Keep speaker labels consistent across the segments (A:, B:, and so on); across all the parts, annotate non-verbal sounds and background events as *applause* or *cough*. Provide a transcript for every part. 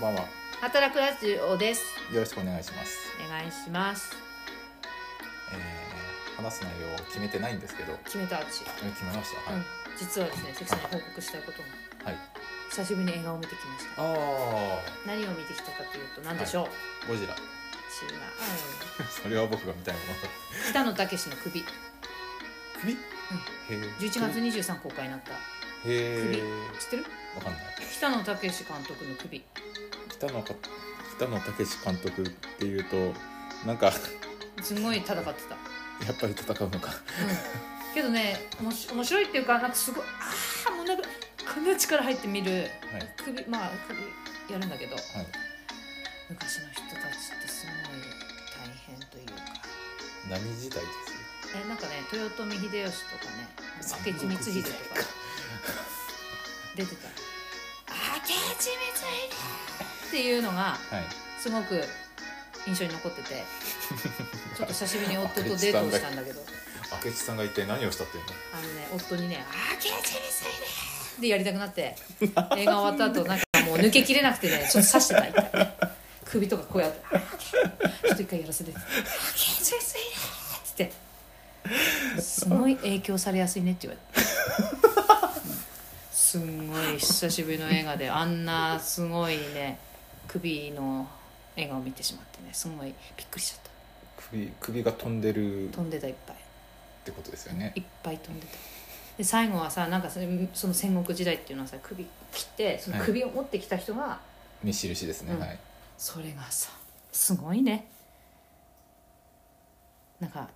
A: ばんは。よ
B: 働くラジオです
A: ろしくお願いします。
B: お願いします
A: えー、話す内容を決めてないんですけど、
B: 決めた私、
A: え決めました。
B: う
A: はい
B: ん。実はですね関さんに報告したいことが
A: はい。
B: 久しぶりに映画を見てきました
A: あ
B: 何を見てきたかというと何でしょう、
A: あ、ゴジ
B: 違
A: ラ。
B: う
A: それは僕が見たいも
B: 北野武の首11
A: の。首？へえ。
B: 月23公開になった
A: へえ。
B: 知ってる
A: わかんない。
B: 北野武監督の首
A: 北野か北野武監督っていうと、なんか *laughs* や
B: すごい戦ってた
A: っぱり戦うのか。
B: けどねおもし面白いっていうかなんかすごいああもうなんかこんな力入って見る
A: はいはい。
B: 首まあ首やるんだけど昔の人たちってすごい大変というか
A: 波時代で
B: えなんかね豊臣秀吉とかね
A: すよ。
B: 明智光秀とか出てた明智光秀っていうのが
A: はい。
B: すごく印象に残ってて *laughs* ちょっと久しぶりに夫とデートをしたんだけど
A: 明智さんが一体何をしたっていうの？
B: あのね夫にね「明智光秀!」でやりたくなって映画終わった後なんかもう抜けきれなくてねちょっと刺してた一回ね首とかこうやってあー「ちょっと一回やらせて」あー「明智光秀!」っつって「すごい影響されやすいね」って言われて。すんごい久しぶりの映画であんなすごいね首の映画を見てしまってねすごいびっくりしちゃっ
A: 首首が飛んでるった
B: 飛んでたいっぱい。
A: てことですよね。
B: いっぱい飛んでたで最後はさなんかそのその戦国時代っていうのはさ首切ってその首を持ってきた人が、
A: 目印ですね、
B: うん
A: はい
B: それがさすごいねなんか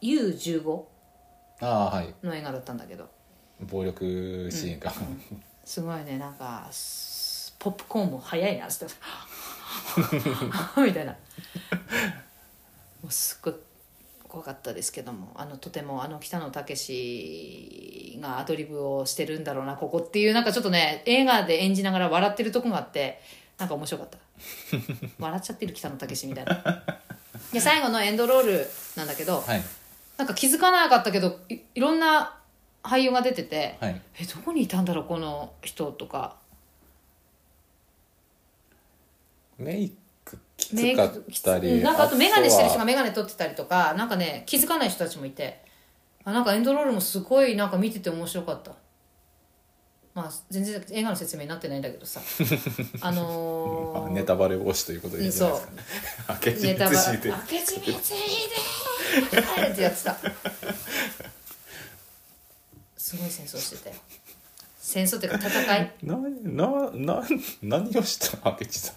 B: U15
A: ああはい
B: の映画だったんだけど
A: 暴力シーンが、
B: すごいねなんかすポップコーンも早いなっつって *laughs* みたいなもうすっごい怖かったですけどもあのとてもあの北野武がアドリブをしてるんだろうなここっていうなんかちょっとね映画で演じながら笑ってるとこがあってなんか面白かった笑っちゃってる北野武みたいなで最後のエンドロールなんだけど、
A: はい
B: なんか気づかなかったけどいいろんな俳優が出てて、
A: はい
B: えどこにいたんだろうこの人とか
A: メイクき
B: メ
A: つ
B: イ
A: かっ
B: ク
A: たり
B: なんかあと眼鏡してる人が
A: あ
B: 眼鏡取ってたりとかなんかね気づかない人たちもいてあなんかエンドロールもすごいなんか見てて面白かったまあ全然映画の説明になってないんだけど
A: *laughs*
B: さあ
A: とは
B: の
A: あ
B: ー、
A: ネタバレ防止ということでいいんじゃないですか、ね、明智
B: ネタバ
A: 光
B: レ
A: 秀
B: 明智光秀はいってやってたすごい戦争してたよ戦争っていうか戦い
A: ななな何をした明智さん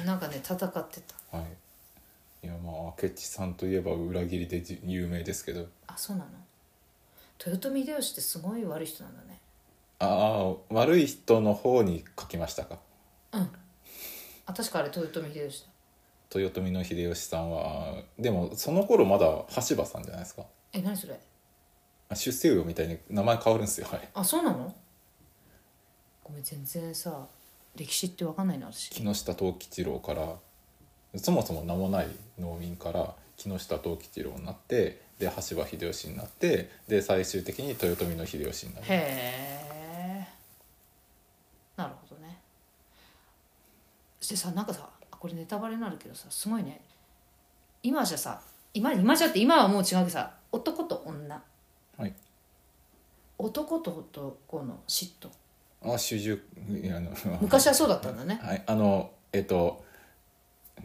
B: うんなんかね戦ってた
A: がはいいやまあ明智さんといえば裏切りでじ有名ですけど
B: あそうなの豊臣秀吉ってすごい悪い人なんだね
A: ああ悪い人の方に書きましたか
B: あ確かあれ豊臣秀吉だ
A: 豊臣の秀吉さんはでもその頃まだ羽柴さんじゃないですか
B: え何それ
A: あ出世魚みたいに名前変わるんですよあれ
B: あそうなのごめん全然さ歴史って分かんないな私
A: 木下藤吉郎からそもそも名もない農民から木下藤吉郎になってで羽柴秀吉になってで最終的に豊臣の秀吉になる
B: へえなるほどねしてさなんかさあこれネタバレになるけどさすごいね今じゃさ今今じゃって今はもう違うけどさ男と女
A: はい
B: 男と男の嫉妬
A: あ主従いやあの
B: 昔はそうだったんだね
A: *laughs* はいあのえっと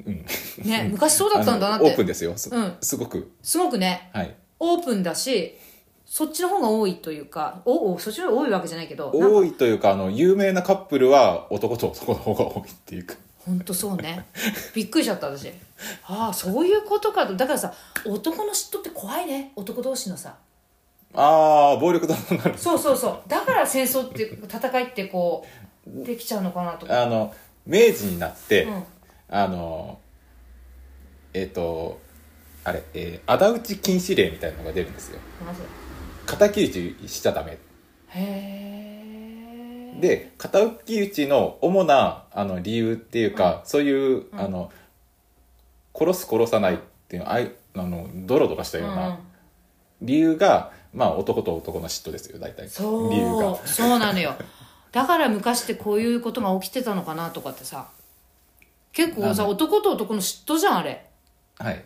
A: うん
B: ね昔そうだったんだなっ
A: あのオープ
B: て
A: ンですよす,、
B: うん
A: すごく
B: すごくね
A: はい
B: オープンだしそっちの方が多いというかおおそっちの方が多いわけじゃないけどなんか
A: 多いというかあの有名なカップルは男と男の方が多いっていうか
B: ほんとそうねびっくりしちゃった
A: *laughs*
B: 私ああそういうことかとだからさ男の嫉妬って怖いね男同士のさ
A: ああ暴力団になる
B: そうそうそうだから戦争って戦いってこうできちゃうのかなとか
A: あの明治になって、
B: うん
A: あのえっ、とあれ、えー、仇討ち禁止令みたいなのが出るんですよ
B: マジで
A: 敵討ちしちゃダメ
B: へえ
A: で敵討ちの主なあの理由っていうか、そういう、
B: うん
A: あの殺す殺さないっていうあいあのドロドロした
B: うん
A: よう
B: う
A: なん理由が、まあ男と男の嫉妬ですよ大体
B: そ
A: 理由が
B: うそうなのよだから昔ってこういうことが起きてたのかなとかってさ結構
A: な
B: さ
A: んだ
B: 男と男の嫉妬じゃんあれ
A: はい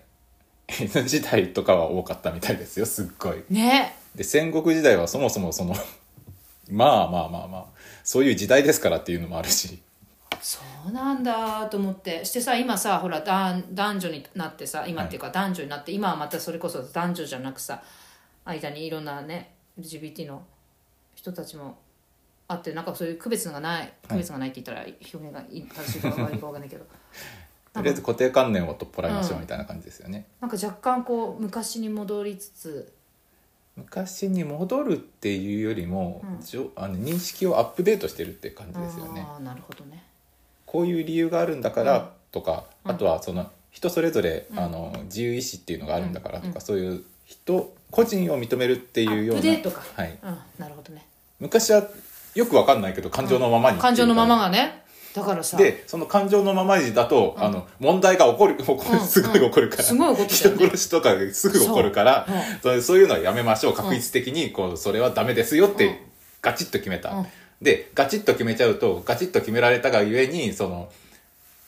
A: *laughs* 江戸時代とかは多かったみたいですよすっごい
B: ね
A: で戦国時代はそもそもその *laughs* まあまあまあまあそういう時代ですからっていうのもあるし
B: そうなんだと思ってしてさ今さほらだん男女になってさ今っていうか男女になって、今はまたそれこそ男女じゃなくさ間にいろんなね LGBT の人たちもあってなんかそういう区別がない区別がないって言ったら表現がいい正しいか悪いか分かんないけど
A: とりあえず固定観念を取っ払いましょうみたいな感じですよね、
B: なんか若干こう昔に戻りつつ
A: 昔に戻るっていうよりも、
B: うん
A: じょあの認識をアップデートしてるって感じですよね
B: ああなるほどね
A: こういう理由があるんだからとか、
B: うん
A: あとはその人それぞれ、
B: うん
A: あの自由意志っていうのがあるんだからとか、
B: うん
A: そういう人個人を認めるっていうよう
B: アップ
A: な
B: デートか
A: はい、
B: うんなるほどね
A: 昔はよくわかんないけど感情のままに、
B: 感情のままがねだからさ
A: でその感情のままにだと、あの問題が起こる起こる
B: うん
A: すごい起こるから、
B: すごい怒っち
A: 人
B: ゃうね
A: 殺しとかすぐ起こるから
B: そう
A: そうそういうのはやめましょう確率的にこうそれはダメですよっ
B: うん
A: てガチッと決めた、
B: うん
A: でガチッと決めちゃうとガチッと決められたがゆえにその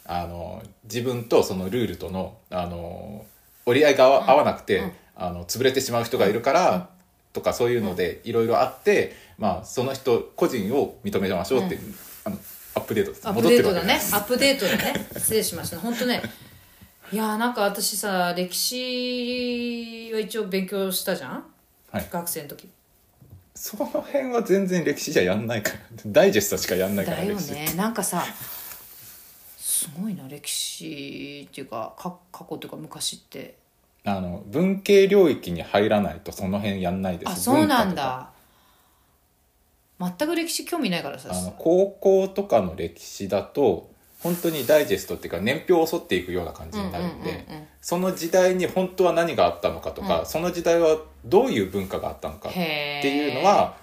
A: あの自分とそのルールとのあの折り合いが合わ合わなくて、
B: うん
A: あの潰れてしまう人がいるから、とかそういうのでいろいろあって、まあ、その人個人を認めましょうって、
B: う
A: あのアップデートです
B: アップデート
A: わ
B: だ
A: けで
B: ね
A: す
B: アップデートだね失礼しました本当ねいやーなんか私さ歴史は一応勉強したじゃん
A: はい、
B: 学生の時
A: その辺は全然歴史じゃやんないからダイジェストしかやんないから
B: だよ
A: 歴史
B: ねなんかさすごいな歴史っていうかか過去っていうか昔って
A: あの文系領域に入らないとその辺やんないです
B: あそうな
A: 文
B: ん
A: 化とか
B: だ全く歴史興味ないからさ
A: あの高校とかの歴史だと本当にダイジェストっていうか年表を沿っていくような感じになるんで、
B: うんうんうんうん
A: その時代に本当は何があったのかとか、
B: うん
A: その時代はどういう文化があったのかって
B: へー
A: いうのは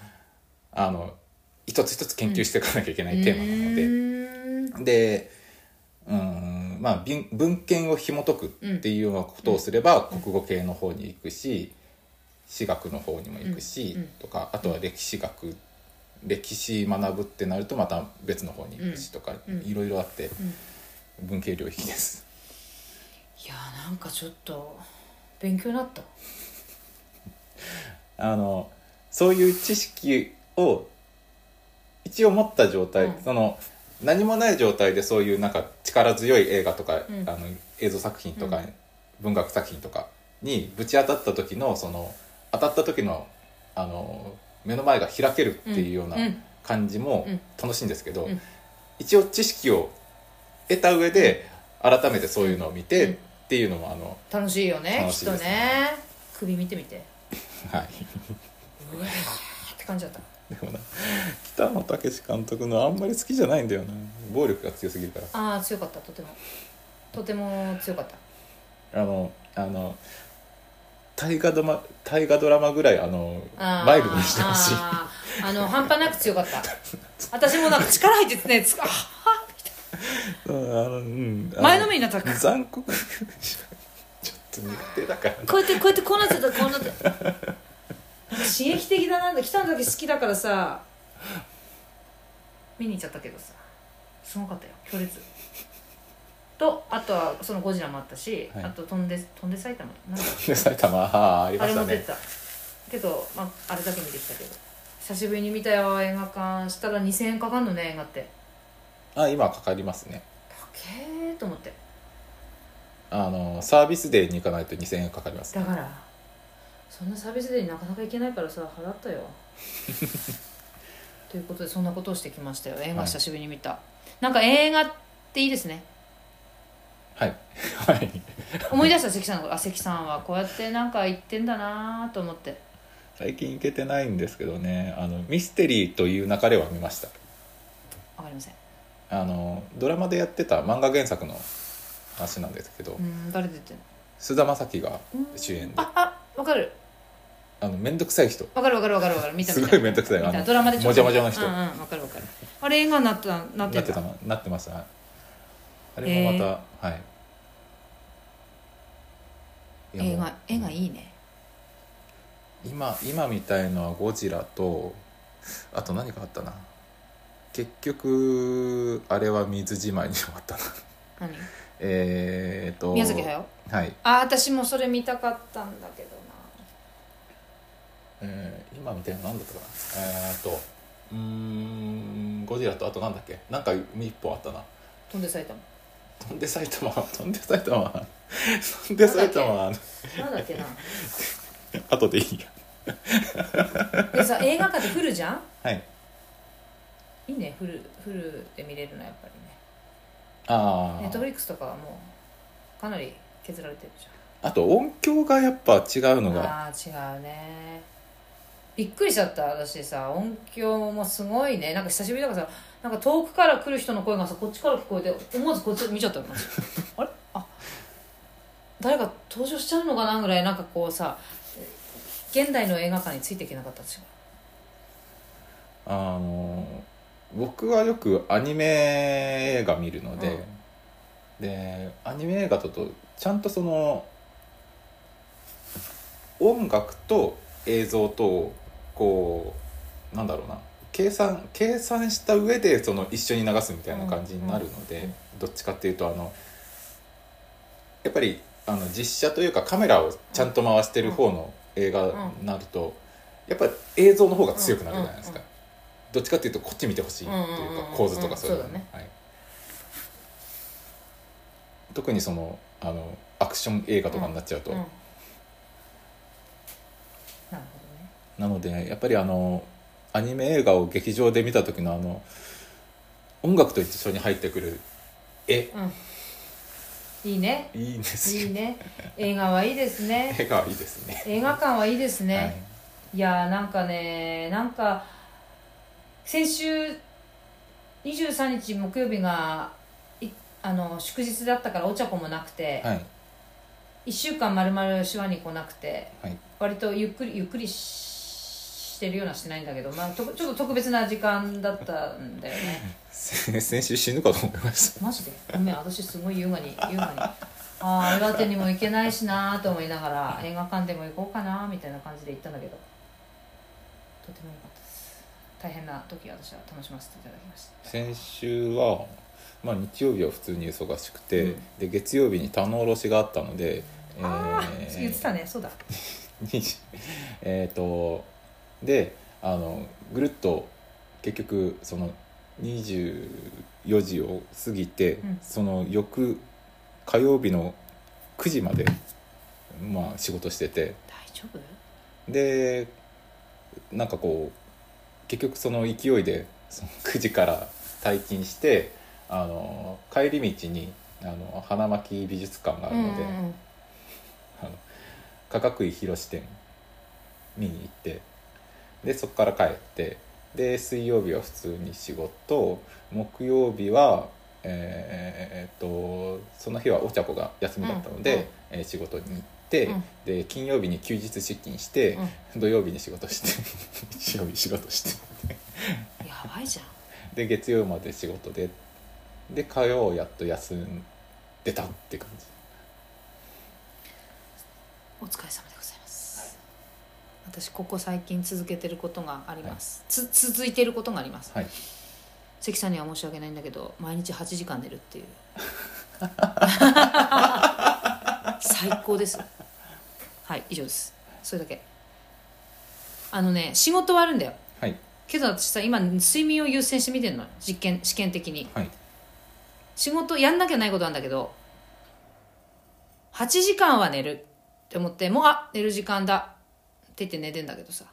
A: あの一つ一つ研究していかなきゃいけないテーマなので。
B: うーん
A: でうんまあ文文献を紐解くっていうようなことをすれば、国語系の方に行くし史学の方にも行くし、
B: うんうん
A: とかあとは歴史学歴史学ぶってなるとまた別の方に行くしとか、
B: うん
A: いろいろあって
B: ん
A: 文系領域です。
B: いやーなんかちょっと勉強になった
A: あのそういう知識を一応持った状態、
B: うん
A: その何もない状態でそういうなんか力強い映画とか、
B: うん
A: あの映像作品とか、
B: う
A: 文学作品とかにぶち当たった時のその当たった時のあの目の前が開けるっていうような
B: うんうん
A: 感じも
B: うん
A: 楽しいんですけど、
B: うん
A: 一応知識を得た上で改めてそういうのを見て
B: うん
A: っていうのもあの、
B: 楽しいよね
A: 楽
B: きっ
A: しい
B: と
A: ですね
B: ね首見てみて
A: はい。
B: うわーって感じだった
A: でもな北野武監督のあんまり好きじゃないんだよな暴力が強すぎるから
B: ああ強かったとてもとても強かった
A: あのあの大河ドマ大河ドラマぐらいあの
B: あー
A: マイルドにしてほしい
B: あーあの半端なく強かった私もなんか力入っててねつかあはみたい
A: うんあのうんあ
B: な前のめりになったから
A: 残酷 *laughs* ちょっと苦手だから
B: こうやってこうやってこうなっちゃったこうなっちゃったなんか刺激的だなんだ北の時好きだからさ見に行っちゃったけどさすごかったよ強烈とあとはそのゴジラもあったし、
A: はい
B: あと飛んで飛んで埼玉なんだ
A: で埼玉あーあり
B: あ
A: ま
B: れ
A: し
B: も
A: た
B: 出
A: ね
B: てたけど、まあ、あれだけ見てきたけど久しぶりに見たよ映画館したら2000円かかんのね映画って
A: あ今かかりますね
B: 高えと思って
A: あのサービスデーに行かないと2000円かかります
B: だからそんなサービスデーになかなか行けないからさ払った
A: *laughs*
B: よということでそんなことをしてきましたよ映画久しぶりに見た、なんか映画っていいですね
A: はい *laughs* はい
B: 思い出した関さんのことあ関さんはこうやってなんか言ってんだなと思って
A: 最近行けてないんですけどねあのミステリーという流れは見ました
B: わかりません
A: あのドラマでやってた漫画原作の話なんですけど
B: うん誰出てんの
A: 菅、田将暉が
B: うん
A: 主演で
B: ああわかる
A: あの面倒くさい人
B: わかるわかるわかるわかる見た見た
A: すごい面倒くさい
B: 見た
A: あの
B: ドラマでちょっと
A: もじゃもじゃの人
B: うんうんわかるわかるあれ映画になったなって
A: な
B: た
A: ってたのなってましたあれもまた、はいいやもう
B: 映画映画いいね
A: 今今みたいのはゴジラとあと何かあったな結局あれは水じまいに終わったな
B: 何
A: えーっと
B: 宮崎駿
A: はい、
B: あ私もそれ見たかったんだけどな
A: えー今見てるの何だったかなえーっとうーんゴジラとあとなんだっけなんか一本あったな
B: 飛んで埼玉
A: 飛んで埼玉 *laughs* 飛んで埼玉飛んで埼玉
B: なんだっけな
A: 後でいいや
B: でさ映画館でフルじゃん
A: はい
B: いいねフルフルで見れるのはやっぱり
A: あ
B: ねネットフ
A: ー
B: リックスとかはもうかなり削られてるじ
A: あと音響がやっぱ違う
B: ゃ
A: の
B: ん
A: が
B: ああー違うねびっくりしちゃった私さ音響もすごいねなんか久しぶりだからさなんか遠くから来る人の声がさこっちから聞こえて思わずこっち見ちゃ
A: *laughs*
B: ったのあれあ誰か登場しちゃうのかなぐらいなんかこうさ現代の映画館についていけなかった私が
A: あの僕はよくアニメ映画見るので、でアニメ映画だとちゃんとその音楽と映像とこうなんだろうな計算計算した上でその一緒に流すみたいな感じになるので、
B: うんうんうん
A: どっちかっていうとあのやっぱりあの実写というかカメラをちゃんと回してる方の映画になると、やっぱり映像の方が強くなるじゃないですか、
B: うん
A: どっちかっていうとこっち見てほしいっていう
B: うんうんうん
A: か
B: うん
A: 構図とかそういうの
B: そうだね
A: はい、特にそのあのアクション映画とかになっちゃうと、
B: うん、なるほどね
A: なのでやっぱりあのアニメ映画を劇場で見た時のあの音楽と一緒に入ってくる絵
B: うん、いいね
A: いいんですよ
B: いいね映画はいいですね
A: *laughs* 絵がいいですね
B: 映画館はいいですね、い、やーなんかねなんか先週23日木曜日がいあの祝日だったからお茶子もなくて、
A: はいはい
B: 1週間まるまる手話に来なくて
A: はい
B: 割とゆっくりゆっくりししてるようなしてないんだけど、まあ、とちょっと特別な時間だったんだよね
A: せ先週死ぬかと思いまし
B: マジでごめん私すごい優雅に優雅にああー映画館にも行けないしなーと思いながら映画館でも行こうかなーみたいな感じで行ったんだけどとても良かったです大変な時私は楽しませていただきました
A: た先週は、まあ、日曜日は普通に忙しくて、
B: うん
A: で月曜日に棚卸しがあったので、え
B: ああ
A: ー
B: 言ってたねそうだ
A: に *laughs* えっとであのぐるっと結局その24時を過ぎて、
B: うん
A: その翌火曜日の9時まで、まあ、仕事してて
B: 大丈夫
A: でなんかこう結局その勢いでその9時から退勤してあの帰り道にあの花巻美術館があるので。
B: うんうん
A: あの加賀久井宏店見に行ってでそこから帰ってで水曜日は普通に仕事木曜日はえーっとその日はお茶子が休みだったので、えー仕事に行って、
B: うん
A: で金曜日に休日出勤して、土曜日に仕事して *laughs* 日曜日仕事して
B: うんやばいじゃん
A: で月曜まで仕事でで火曜やっと休んでたって感じ
B: お疲れ様でございます私ここ最近続けてることがあります、つ続いてることがあります
A: はい
B: 関さんには申し訳ないんだけど毎日8時間寝るっていう最高ですはい以上ですそれだけあのね仕事はあるんだよ
A: はい
B: けど私さ今睡眠を優先して見てるの実験試験的に
A: はい
B: 仕事やんなきゃないことなんだけど8時間は寝るって思ってもうあ寝る時間だって言って寝てんだけどさ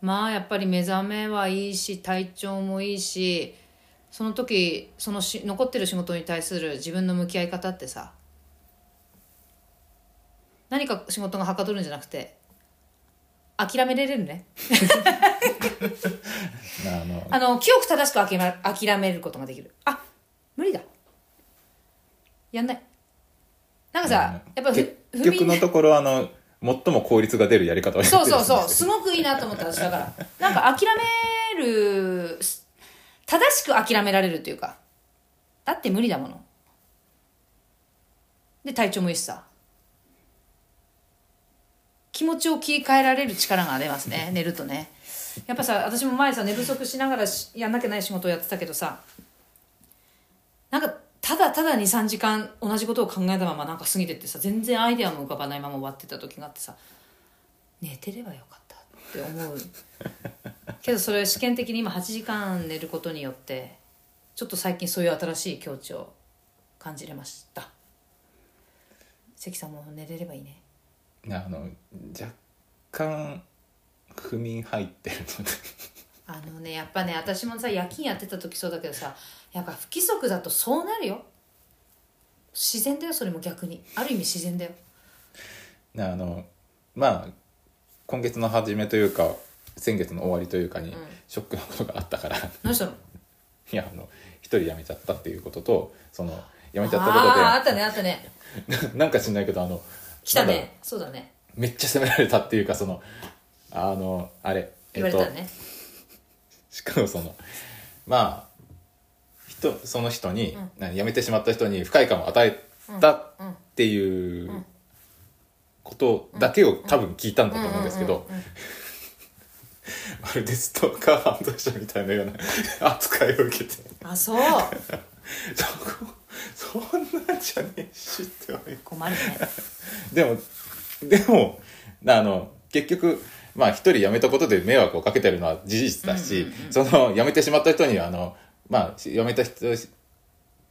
B: まあやっぱり目覚めはいいし体調もいいしその時そのし残ってる仕事に対する自分の向き合い方ってさ何か仕事がはかどるんじゃなくて諦められるね
A: あの
B: あの清く正しく諦め諦めることができるあ無理だやんないなんかさ、やっぱ
A: 結
B: ふ不
A: 局
B: 眠
A: のところあの最も効率が出るやり方をやってる
B: そ
A: ん
B: う
A: です
B: そ
A: ね
B: うそうすごくいいなと思った私だからなんか諦めるす正しく諦められるというかだって無理だもので体調もいいしさ
A: *laughs*
B: 気持ちを切り替えられる力が出ますね寝るとねやっぱさ私も前さ寝不足しながらしやんなきゃない仕事をやってたけどさなんかただただ23時間同じことを考えたままなんか過ぎてってさ全然アイデアも浮かばないまま終わってた時があってさ寝てればよかったって思う *laughs* けどそれ試験的に今8時間寝ることによってちょっと最近そういう新しい境地を感じれました関さんも寝れればいいね
A: ねあの若干不眠入ってるので *laughs*
B: あのねやっぱね私もさ夜勤やってた時そうだけどさやっぱ不規則だとそうなるよ自然だよそれも逆にある意味自然だよ
A: ねあのまあ今月の初めというか先月の終わりというかに
B: ん
A: ショックなことがあったから、い *laughs*
B: 何したの
A: やあの一人辞めちゃったっていうこととその辞めちゃったとこ
B: ああーあっ
A: で
B: たねあったね
A: *laughs* なんか知んないけどあの
B: 来た
A: なんだろう
B: ねそうだね
A: めっちゃ責められたっていうかそのあのあれ
B: 言われたね、
A: しかもそのまあ人その人に、何辞めてしまった人に不快感を与えたっていううことだけを多分聞いたんだと思うんですけど、まるでストーカー犯罪者みたいなような扱いを受けて
B: あそう
A: そこそんなんじゃねえしって思い
B: 困るね
A: でもでもあの結局まあ一人辞めたことで迷惑をかけてるのは事実だし、
B: うんうんうん
A: その辞めてしまった人にはあのまあし辞めた人し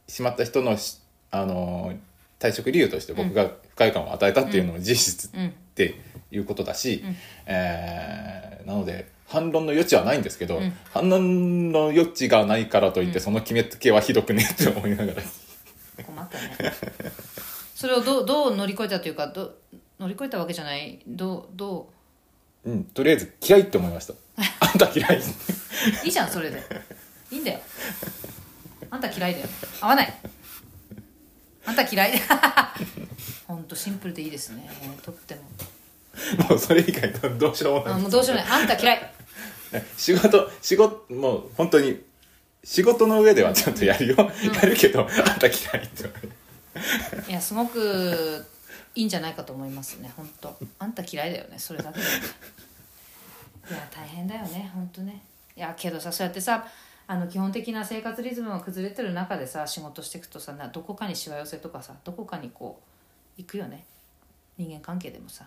A: しまった人のしあの退職理由として僕が不快感を与えたっていうのも事実
B: うん
A: っていうことだし、
B: うん
A: えーなので反論の余地はないんですけど、
B: うん
A: 反論の余地がないからといってその決めつけはひどくねって思いながら、
B: 困ったねそれをどうどう乗り越えたというかどう乗り越えたわけじゃないどうど
A: うん、とりあえず嫌いって思いましたあんた嫌いう
B: いいじゃんそれでいいんだよあんた嫌いだよ合わないあんた嫌い *laughs* だほんとシンプルでいいですねとっても
A: *laughs* もうそれ以外どどうしようもない
B: あもうどうしようもないあんた嫌い
A: 仕事仕事もう本当に仕事の上ではちゃんとやるよ、やるけどあんた嫌いって
B: いやすごくいいんじゃないかと思いますね本当あんた嫌いだよねそれだけでいや大変だよね本当ねいやけどさそうやってさあの基本的な生活リズムが崩れてる中でさ仕事していくとさなどこかにしわ寄せとかさどこかにこう行くよね人間関係でもさ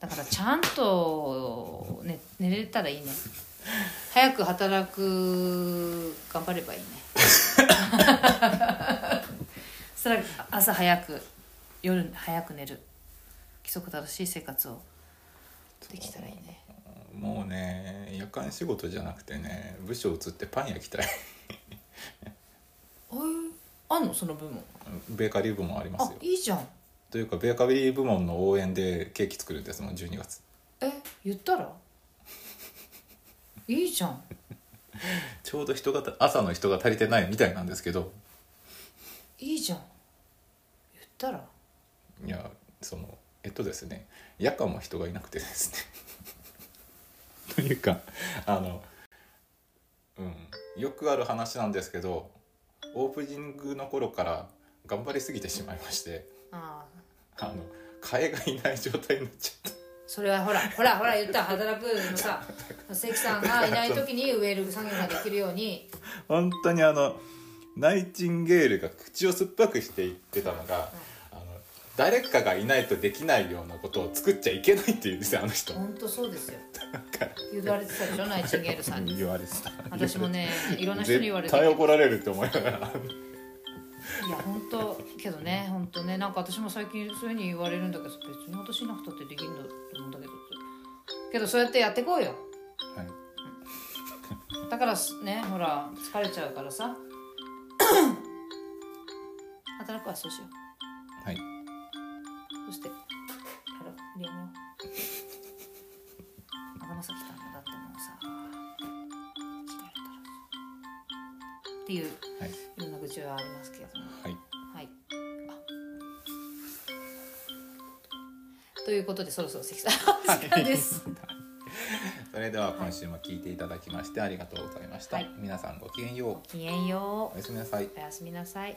B: だからちゃんと、ね、寝れたらいいね早く働く頑張ればいいねそれは朝早く夜早く寝る規則正しい生活をできたらいいね
A: もうね夜間仕事じゃなくてね部署移ってパン焼きたい
B: ああんのその部門
A: ベーカリー部門ありま
B: あ
A: すよ
B: いいじゃん
A: というかベーカリー部門の応援でケーキ作るんですもん12月
B: え言ったらいいじゃん
A: ちょうど人が朝の人が足りてないみたいなんですけど
B: いいじゃん言ったら
A: いやそのえっとですね夜間も人がいなくてですね *laughs* というかあのうんよくある話なんですけどオープニングの頃から頑張りすぎてしまいまして
B: ああ
A: あの替えがいない状態になっちゃっ
B: それはほらほらほら言った働くのさ関さんがいない時に植える作業ができるように
A: た本当にあのナイチンゲールが口を酸っぱくして言ってたのが、あの誰かがいないとできないようなことを作っちゃいけないっていうんですよあの人
B: 本当そうですよ
A: だから
B: 言われてたでしょナイチンゲールさんに
A: 言われてた
B: 私もねいろんな人に言われて
A: 絶対怒られるって思いながら
B: いや本当けどね本当ねなんか私も最近そういうふうに言われるんだけど別に私いなくたってできるんだと思うんだけどけどそうやってやってこうよだからすねほら疲れちゃうからさ *coughs* 働くはそうしよ
A: はい、
B: うそしてやろうやめよう頭さきたんだだってもうさ疲れたらさっていう
A: はい
B: いろんな愚痴はありますけれども
A: はい、
B: はい。あということでそろそろ関さん時間です。
A: それでは今週も聞いていただきましてありがとうございました、
B: はい
A: 皆さんごきげんよ
B: ごきげんよ。
A: うおやすみなさいう
B: おやすみなさい。